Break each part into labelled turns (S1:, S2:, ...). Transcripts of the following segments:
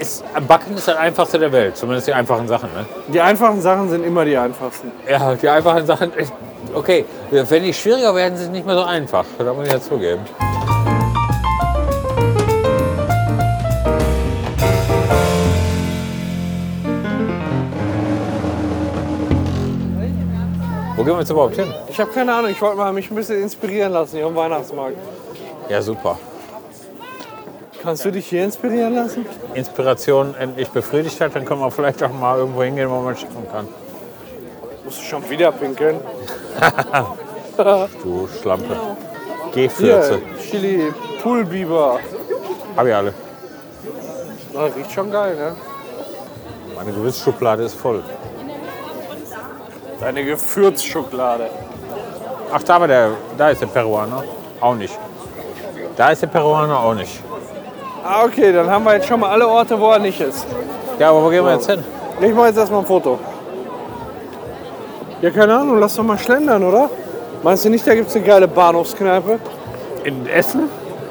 S1: Ist, Backen ist das einfachste der Welt, zumindest die einfachen Sachen. Ne?
S2: Die einfachen Sachen sind immer die einfachsten.
S1: Ja, die einfachen Sachen. Ich, okay, wenn die schwieriger werden, sind sie nicht mehr so einfach. Da muss ich ja zugeben. Wo gehen wir jetzt überhaupt hin?
S2: Ich habe keine Ahnung, ich wollte mal mich ein bisschen inspirieren lassen hier am Weihnachtsmarkt.
S1: Ja, super.
S2: Kannst du dich hier inspirieren lassen?
S1: Inspiration endlich befriedigt hat, dann können wir vielleicht auch mal irgendwo hingehen, wo man schicken kann.
S2: Musst du schon wieder pinkeln.
S1: Du Schlampe.
S2: Hier,
S1: G14.
S2: Chili, Poolbiber.
S1: Hab ich alle.
S2: Na, riecht schon geil, ne?
S1: Meine Gewürzschublade ist voll.
S2: Deine Gewürzschokolade.
S1: Ach, da, war der, da ist der Peruaner. Auch nicht. Da ist der Peruaner auch nicht.
S2: Ah, okay, dann haben wir jetzt schon mal alle Orte, wo er nicht ist.
S1: Ja, aber wo gehen wir jetzt hin?
S2: Ich mache jetzt erstmal ein Foto. Ja, keine Ahnung, lass doch mal schlendern, oder? Meinst du nicht, da gibt es eine geile Bahnhofskneipe?
S1: In Essen?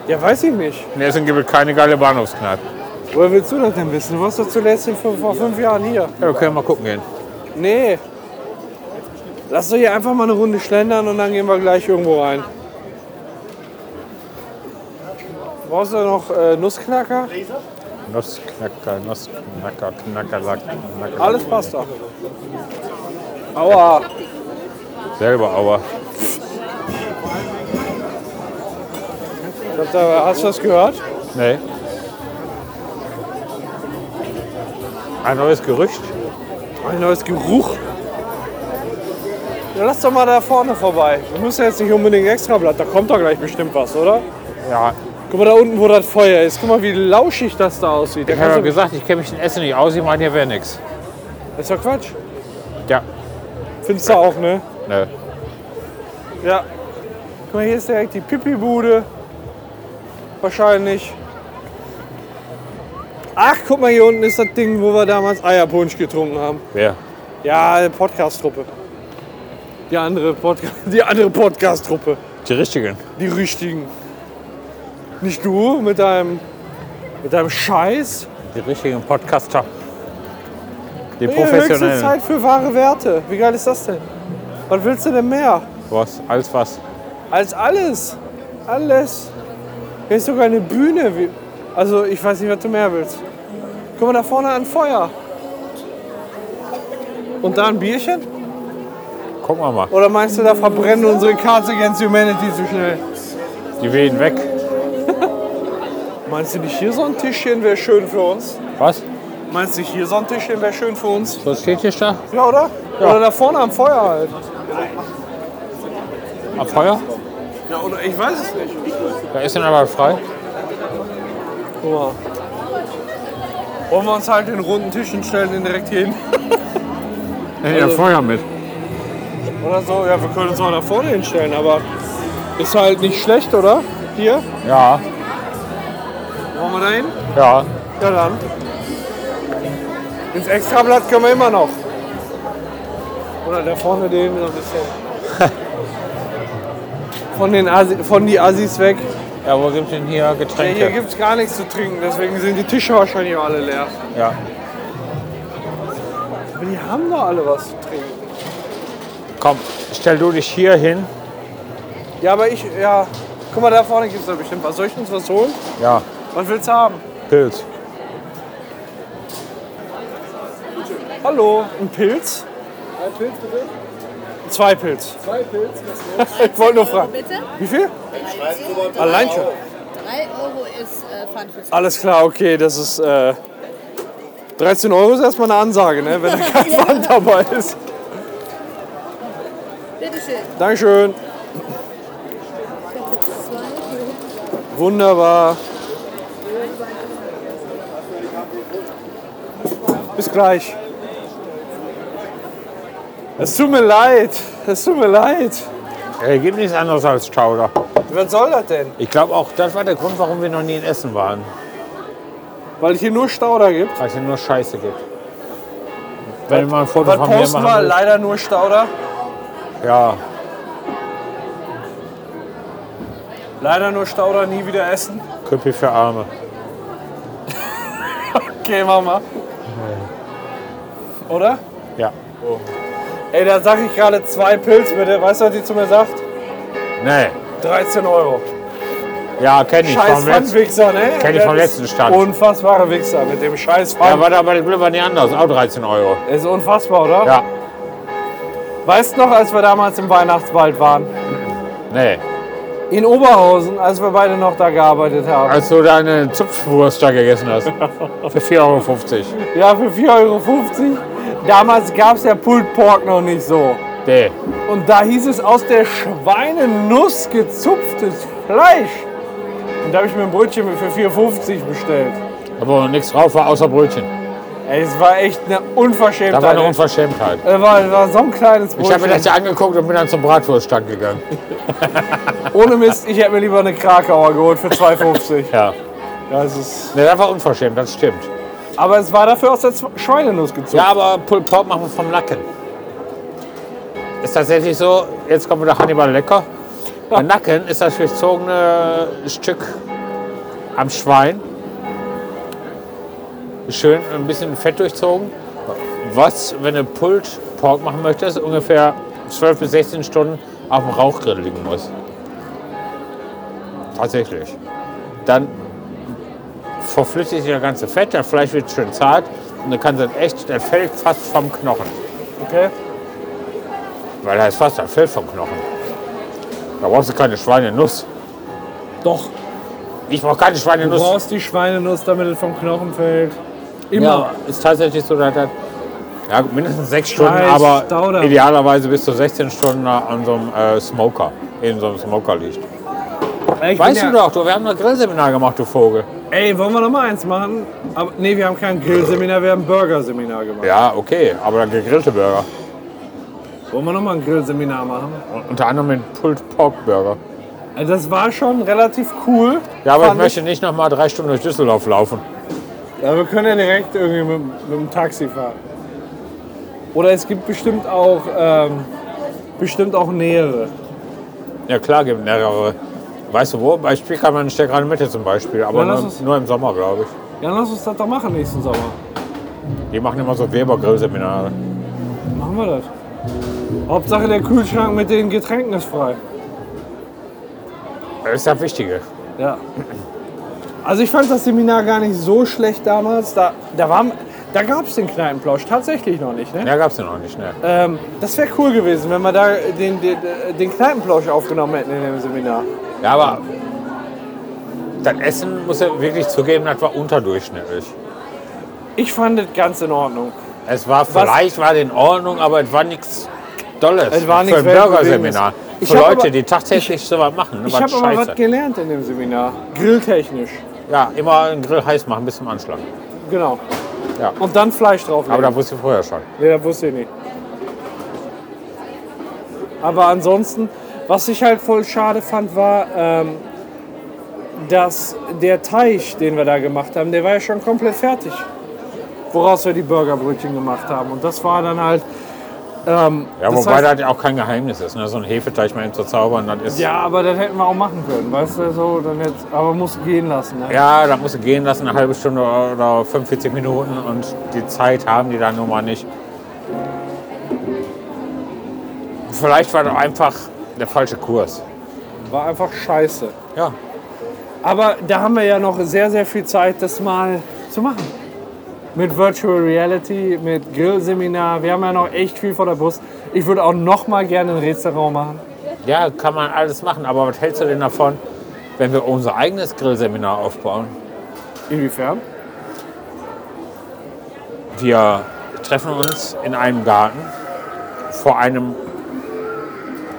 S2: Ja, weiß ich nicht.
S1: In Essen gibt es keine geile Bahnhofskneipe.
S2: Woher willst du das denn wissen? Du warst doch zuletzt in fünf, vor fünf Jahren hier.
S1: Ja, wir können mal gucken gehen.
S2: Nee. Lass doch hier einfach mal eine Runde schlendern und dann gehen wir gleich irgendwo rein. Brauchst du noch äh, Nussknacker?
S1: Nussknacker, Nussknacker, Knackerlack, Knacker.
S2: Alles passt da. Aua.
S1: Selber, aber.
S2: Ich glaub, da- Hast du das gehört?
S1: Nee. Ein neues Gerücht?
S2: Ein neues Geruch. Ja, lass doch mal da vorne vorbei. Du musst ja jetzt nicht unbedingt ein extra Blatt. Da kommt doch gleich bestimmt was, oder?
S1: Ja.
S2: Guck mal da unten, wo das Feuer ist. Guck mal, wie lauschig das da aussieht. Da
S1: Ich habe
S2: kannst
S1: ja
S2: du-
S1: gesagt, ich kenne mich in Essen nicht aus, ich meine, hier wäre nichts.
S2: Das ist doch Quatsch.
S1: Ja.
S2: Findest du auch, ne?
S1: Nö.
S2: Ja. Guck mal, hier ist direkt die Pipi-Bude. Wahrscheinlich. Ach, guck mal, hier unten ist das Ding, wo wir damals Eierpunsch getrunken haben.
S1: Wer?
S2: Ja, Podcast-Truppe. Die andere Podcast-Truppe. Die andere Podcast-Truppe.
S1: Die richtigen.
S2: Die richtigen. Nicht du mit deinem, mit deinem Scheiß.
S1: Die richtigen Podcaster. Die
S2: Hier, höchste
S1: professionellen.
S2: Zeit für wahre Werte. Wie geil ist das denn? Was willst du denn mehr?
S1: Was? Als was?
S2: Als alles. Alles. Hier ist sogar eine Bühne. Wie- Also ich weiß nicht, was du mehr willst. Guck mal da vorne an Feuer. Und da ein Bierchen?
S1: Gucken wir mal.
S2: Oder meinst du, da verbrennen unsere Cards Against Humanity zu schnell?
S1: Die wehen weg.
S2: Meinst du nicht hier so ein Tischchen wäre schön für uns?
S1: Was?
S2: Meinst du nicht hier so ein Tischchen wäre schön für uns?
S1: So steht hier da?
S2: Ja, oder? Oder da vorne am Feuer halt.
S1: Am Feuer?
S2: Ja, oder ich weiß es nicht.
S1: Da ist denn aber frei.
S2: Guck mal. Wollen wir uns halt den runden Tisch hinstellen, den direkt hier hin?
S1: Hey, also, Feuer mit.
S2: Oder so, ja, wir können uns auch da vorne hinstellen, aber ist halt nicht schlecht, oder? Hier,
S1: Ja,
S2: wollen wir da hin?
S1: ja.
S2: Ja, dann. Ins Extrablatt können wir immer noch. Oder da vorne den noch ein bisschen. Von den Asi von die Assis weg.
S1: Ja, wo gibt's denn hier
S2: Ja, hier
S1: Getränke?
S2: gibt es gar nichts zu trinken, deswegen sind die Tische wahrscheinlich auch alle leer.
S1: Ja,
S2: Aber die haben doch alle was zu trinken.
S1: Komm, stell du dich hier hin.
S2: Ja, aber ich, ja. Guck mal, da vorne gibt es doch bestimmt was. Soll ich uns was holen?
S1: Ja,
S2: Was willst du haben?
S1: Pilz.
S2: Hallo, ein Pilz?
S3: Ein Pilz bitte,
S2: Zwei Pilz.
S3: zwei Pilz.
S2: Ich wollte nur fragen.
S4: Bitte?
S2: Wie viel? Allein schon.
S4: 3 Euro ist äh, Pfand fürs
S2: Alles klar, okay, das ist. Äh, 13 Euro ist erstmal eine Ansage, ne? wenn da kein Pfand dabei ist.
S4: Bitte schön.
S2: Dankeschön. Wunderbar. Bis gleich. Es tut mir leid. Es tut mir leid.
S1: Äh, gibt nichts anderes als Chowder.
S2: Was soll das denn?
S1: Ich glaube auch, das war der Grund, warum wir noch nie in Essen waren.
S2: Weil es hier nur Stauder gibt.
S1: Weil es hier nur Scheiße gibt. Wenn ihr mal ein Foto
S2: Was
S1: von mir
S2: posten wir?
S1: machen
S2: Leider nur Stauder.
S1: wollt. Ja,
S2: Leider nur Stauder, nie wieder essen.
S1: Köpfe für Arme.
S2: Okay, Mama. Oder?
S1: Ja.
S2: Ey, da sag ich gerade zwei Pilz bitte. Weißt du, was die zu mir sagt?
S1: Nee.
S2: 13 Euro.
S1: Ja, kenne ich.
S2: Scheiß
S1: vom letzten-
S2: Pfandwichser, ne?
S1: Kenn ich vom letzten Stand.
S2: Unfassbare Wichser mit dem scheiß
S1: Ja,
S2: Pfand.
S1: war da bei den Blöbern nicht anders. Auch 13 Euro.
S2: ist unfassbar, oder?
S1: Ja.
S2: Weißt noch, als wir damals im Weihnachtswald waren?
S1: Nee.
S2: In Oberhausen, als wir beide noch da gearbeitet haben.
S1: Als du deine Zupfwurst da gegessen hast. Für 4,50 Euro.
S2: Ja, für 4,50 Euro. Damals gab es ja Pulled Pork noch nicht so.
S1: Nee.
S2: Und da hieß es aus der Schweinenuss gezupftes Fleisch. Und da habe ich mir ein Brötchen für 4,50 bestellt.
S1: Aber nichts drauf war außer Brötchen.
S2: Ey, es war echt eine Unverschämtheit.
S1: Da war eine Unverschämtheit.
S2: Äh, war, war so ein kleines
S1: Ich habe mir das
S2: Brötchen.
S1: ja angeguckt und bin dann zum Bratwurststand gegangen.
S2: Ohne Mist, ich hätte mir lieber eine Krakauer geholt für 2,50.
S1: Ja.
S2: Das ist.
S1: Nee, das war unverschämt, das stimmt.
S2: Aber es war dafür aus der Z- Schweinenuss gezupft.
S1: Ja, aber Pulled Pork machen wir vom Nacken. Ist tatsächlich so, jetzt kommt wieder Hannibal Lecker. Der Nacken ist das durchzogene Stück am Schwein. Schön ein bisschen Fett durchzogen. Was, wenn du Pulled Pork machen möchtest, ungefähr 12 bis 16 Stunden auf dem Rauchgrill liegen muss. Tatsächlich. Dann verflüssigt sich das ganze Fett, das Fleisch wird schön zart und dann kannst du das echt, das fällt fast vom Knochen.
S2: Okay.
S1: Weil das fast, das fällt vom Knochen. Da brauchst du keine Schweinenuss.
S2: Doch,
S1: Ich brauche keine
S2: du
S1: Schweinenuss.
S2: brauchst die Schweinenuss, damit es vom Knochen fällt. Immer.
S1: Ja, ist tatsächlich so, dass das ja, mindestens sechs Stunden,
S2: Scheiß
S1: aber
S2: Stauder.
S1: idealerweise bis zu 16 Stunden an so einem äh, Smoker, in so einem Smoker liegt.
S2: Ich
S1: Weißt
S2: bin
S1: du doch, du, wir haben ein Grillseminar gemacht, du Vogel.
S2: Ey, wollen wir noch mal eins machen? Aber, nee, wir haben kein Grillseminar, wir haben ein Burgerseminar gemacht.
S1: Ja, okay, aber dann gegrillte Burger.
S2: Wollen wir noch mal ein Grillseminar machen?
S1: Und unter anderem den Pulled Pork Burger.
S2: Also das war schon relativ cool.
S1: Ja, aber ich
S2: fand
S1: möchte nicht noch mal drei Stunden durch Düsseldorf laufen.
S2: Ja, wir können ja direkt irgendwie mit, mit dem Taxi fahren. Oder es gibt bestimmt auch, ähm, bestimmt auch nähere.
S1: Ja klar, gibt mehrere. Weißt du wo? Bei Spiel kann man gerade Mitte zum Beispiel, aber
S2: Ja, lass
S1: nur,
S2: uns-
S1: nur im Sommer, glaube ich.
S2: Ja, lass uns das doch machen nächsten Sommer.
S1: Die machen immer so Weber-Grillseminare.
S2: Machen wir das. Hauptsache der Kühlschrank mit den Getränken ist frei.
S1: Das ist das Wichtige.
S2: Ja. Also ich fand das Seminar gar nicht so schlecht damals. Da, da, waren- da gab es den Kneipenplausch tatsächlich noch nicht. Ne?
S1: Ja, gab's ja noch nicht, ne?
S2: Ähm, das wäre cool gewesen, wenn wir da den, den, den Kneipenplausch aufgenommen hätten in dem Seminar.
S1: Ja, aber das Essen, muss ja wirklich zugeben, das war unterdurchschnittlich.
S2: Ich fand das ganz in Ordnung.
S1: Es war vielleicht war das in Ordnung, aber es war nichts Dolles.
S2: Es war nichts
S1: Für ein Burgerseminar.
S2: Weltbewegendes.
S1: Für
S2: Ich hab
S1: Leute,
S2: aber-
S1: die tagtäglich sowas machen. Ne?
S2: Ich habe aber was
S1: scheiße.
S2: gelernt in dem Seminar. Grilltechnisch.
S1: Ja, immer einen Grill heiß machen bis zum Anschlag.
S2: Genau.
S1: Ja.
S2: Und dann Fleisch drauf.
S1: Aber da wusste ich vorher schon.
S2: Nee, das wusste ich nicht. Aber ansonsten, was ich halt voll schade fand, war, ähm, dass der Teich, den wir da gemacht haben, der war ja schon komplett fertig. Woraus wir die Burgerbrötchen gemacht haben. Und das war dann halt. Ähm,
S1: Ja,
S2: das
S1: wobei
S2: heißt,
S1: das ja auch kein Geheimnis ist. Ne? So einen Hefeteig mal eben zu zaubern, das ist.
S2: ja, aber das hätten wir auch machen können, weißt du, so, dann jetzt, aber muss gehen lassen. Ne?
S1: Ja, da musst du gehen lassen, eine halbe Stunde oder 45 Minuten und die Zeit haben die dann nun mal nicht. Vielleicht war das einfach der falsche Kurs.
S2: War einfach scheiße.
S1: Ja.
S2: Aber da haben wir ja noch sehr, sehr viel Zeit, das mal zu machen. Mit Virtual Reality, mit Grillseminar. Wir haben ja noch echt viel vor der Brust. Ich würde auch noch mal gerne einen Rätselraum machen.
S1: Ja, kann man alles machen, aber was hältst du denn davon, wenn wir unser eigenes Grillseminar aufbauen?
S2: Inwiefern?
S1: Wir treffen uns in einem Garten vor einem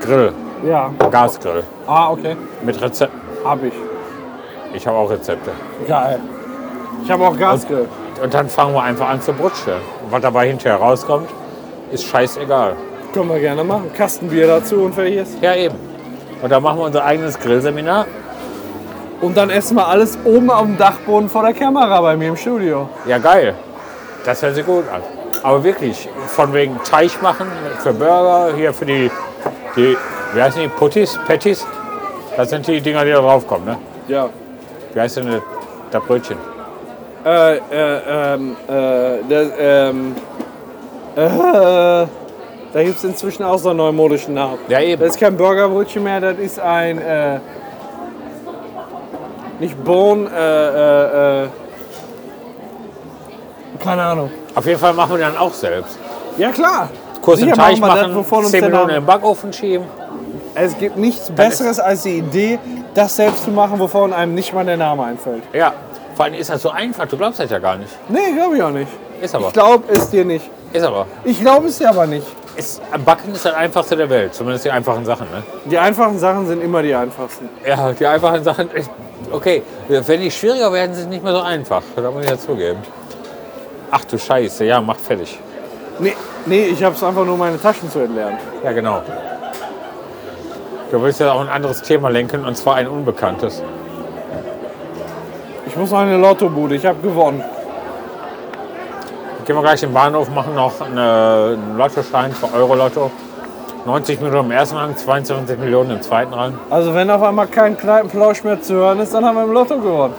S1: Grill,
S2: Ja.
S1: Gasgrill,
S2: Ah, okay.
S1: mit Rezepten.
S2: Hab ich.
S1: Ich habe auch Rezepte.
S2: Geil. Also, Ich habe auch Gasgrill.
S1: Und dann fangen wir einfach an zu brutscheln. Und was dabei hinterher rauskommt, ist scheißegal.
S2: Können wir gerne machen. Kastenbier dazu und fertig ist.
S1: Ja, eben. Und dann machen wir unser eigenes Grillseminar.
S2: Und dann essen wir alles oben auf dem Dachboden vor der Kamera bei mir im Studio.
S1: Ja, geil. Das hört sich gut an. Aber wirklich, von wegen Teich machen für Burger, hier für die, die wie heißen die, Puttis, Patties? Das sind die Dinger, die da draufkommen, ne?
S2: Ja.
S1: Wie heißt denn das, das Brötchen?
S2: Äh, äh, ähm, äh, der, ähm, äh, da gibt es inzwischen auch so einen neumodischen Namen.
S1: Ja, eben.
S2: Das ist kein Burgerbrötchen mehr, das ist ein, äh, nicht Bohnen, äh, äh, äh, keine Ahnung.
S1: Auf jeden Fall machen wir dann auch selbst.
S2: Ja, klar.
S1: Kurz
S2: Sicher
S1: im Teig
S2: wir
S1: machen,
S2: das, wovon uns
S1: 10
S2: der
S1: Minuten
S2: Name
S1: im Backofen schieben.
S2: Es gibt nichts Besseres als die Idee, das selbst zu machen, wovon einem nicht mal der Name einfällt.
S1: Ja, vor allem ist das so einfach, du glaubst das ja gar nicht.
S2: Nee, glaube ich auch nicht.
S1: Ist aber.
S2: Ich glaube es dir nicht.
S1: Ist aber.
S2: Ich glaube es dir aber nicht.
S1: Ist, Backen ist das einfachste der Welt, zumindest die einfachen Sachen. Ne?
S2: Die einfachen Sachen sind immer die einfachsten.
S1: Ja, die einfachen Sachen. Ich, okay, wenn die schwieriger werden, sind sie nicht mehr so einfach. Da muss ich ja zugeben. Ach du Scheiße, ja, mach fertig.
S2: Nee, nee ich habe es einfach nur, um meine Taschen zu entleeren.
S1: Ja, genau. Du willst ja auch ein anderes Thema lenken und zwar ein unbekanntes.
S2: Ich muss noch in eine Lottobude, ich habe gewonnen.
S1: Gehen wir gleich im Bahnhof, machen noch eine, einen Lottoschein für Euro-Lotto. 90 Millionen im ersten Rang, 22 Millionen im zweiten Rang.
S2: Also wenn auf einmal kein Kneipenplausch mehr zu hören ist, dann haben wir im Lotto gewonnen.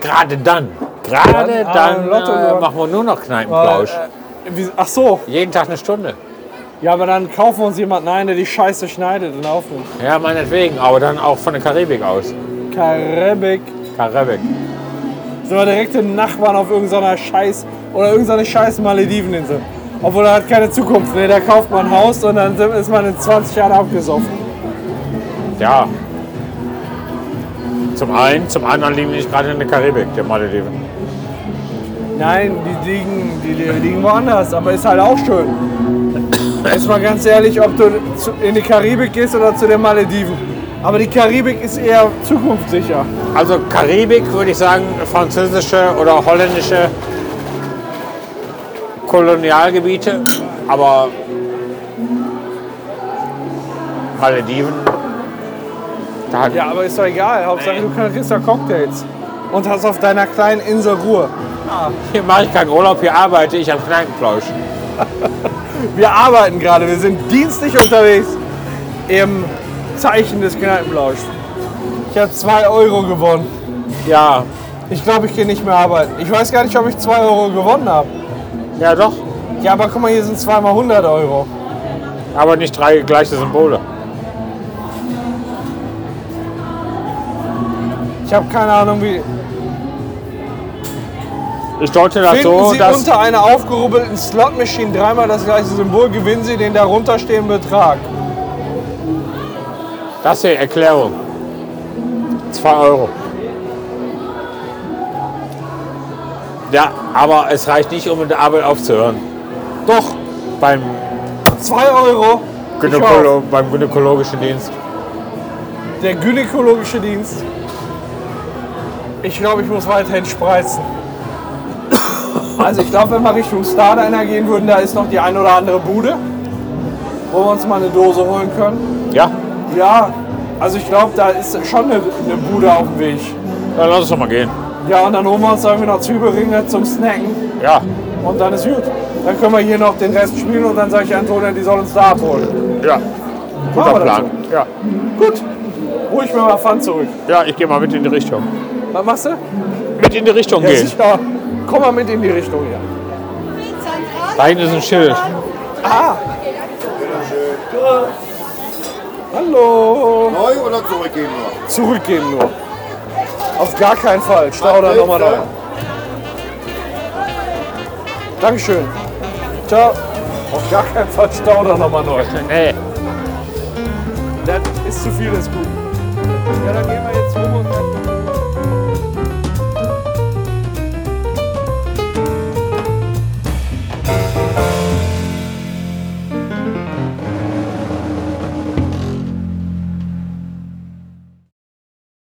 S1: Gerade dann, gerade
S2: Dann
S1: dann,
S2: ein Lotto
S1: äh,
S2: gewonnen.
S1: machen wir nur noch Kneipenplausch.
S2: Weil, äh, wie- ach so,
S1: Jeden Tag eine Stunde.
S2: ja, aber dann kaufen wir uns jemanden ein, der die Scheiße schneidet und aufnimmt.
S1: Ja, meinetwegen, aber dann auch von der Karibik aus.
S2: Karibik.
S1: Karibik.
S2: Sind wir direkte Nachbarn auf irgendeiner Scheiß oder irgendeiner Scheiß Malediveninsel. Obwohl er hat keine Zukunft. Ne, da kauft man ein Haus und dann sind- ist man in 20 Jahren abgesoffen.
S1: Ja. Zum einen, zum anderen liegen wir nicht gerade in der Karibik, der Malediven.
S2: Nein, die liegen, die, die liegen woanders, aber ist halt auch schön. Ist mal ganz ehrlich, ob du zu, in die Karibik gehst oder zu den Malediven. Aber die Karibik ist eher zukunftssicher.
S1: Also Karibik würde ich sagen, französische oder holländische Kolonialgebiete, aber Malediven. Da hat,
S2: Ja, aber ist doch egal. Hauptsache, du kriegst ja Cocktails. Und hast auf deiner kleinen Insel Ruhe.
S1: Hier mache ich keinen Urlaub, hier arbeite ich am Kneipenfleisch.
S2: Wir arbeiten gerade, wir sind dienstlich unterwegs im Zeichen des Kneipenblausch. Ich habe 2 Euro gewonnen.
S1: Ja,
S2: Ich glaube, ich gehe nicht mehr arbeiten. Ich weiß gar nicht, ob ich 2 Euro gewonnen habe.
S1: ja doch,
S2: Ja, aber guck mal, hier sind 2 mal 100 Euro.
S1: aber nicht drei gleiche Symbole.
S2: Ich habe keine Ahnung, wie.
S1: Ich deute das
S2: Finden
S1: so,
S2: Sie
S1: dass
S2: unter einer aufgerubbelten Slot-Maschine dreimal das gleiche Symbol, gewinnen Sie den darunterstehenden Betrag.
S1: Das hier, Erklärung. 2 Euro. Ja, aber es reicht nicht, um mit der Arbeit aufzuhören. Doch, beim,
S2: 2 Euro. Ich
S1: Gynäkolo beim gynäkologischen Dienst.
S2: hoffe, Der gynäkologische Dienst. Ich glaube, ich muss weiterhin spreizen. Also ich glaube, wenn wir Richtung Starliner gehen würden, da ist noch die ein oder andere Bude, wo wir uns mal eine Dose holen können.
S1: Ja,
S2: Ja, also ich glaube, da ist schon eine, eine Bude auf dem Weg.
S1: dann lass es doch mal gehen.
S2: Ja, und dann holen wir uns irgendwie noch Zwiebelringe zum Snacken
S1: Ja,
S2: und dann ist gut. Dann können wir hier noch den Rest spielen und dann sage ich Antonia, die soll uns da abholen.
S1: ja,
S2: Machen
S1: guter
S2: wir das
S1: Plan. Ja.
S2: so. Gut, hol ich mir mal Pfand zurück.
S1: ja, ich gehe mal mit in die Richtung.
S2: Was machst du?
S1: Mit in die Richtung
S2: Ja,
S1: gehen.
S2: sicher. Komm mal mit in die Richtung hier.
S1: Da hinten ist ein Schild.
S2: Ah! Hallo!
S3: Neu oder zurückgeben wir?
S2: Zurückgehen nur. Auf gar keinen Fall. Stau da nochmal da. Dankeschön. Ciao. Auf gar keinen Fall Stau da nochmal neu.
S1: Nee.
S2: Das ist zu viel, ist gut. Ja, dann gehen wir jetzt.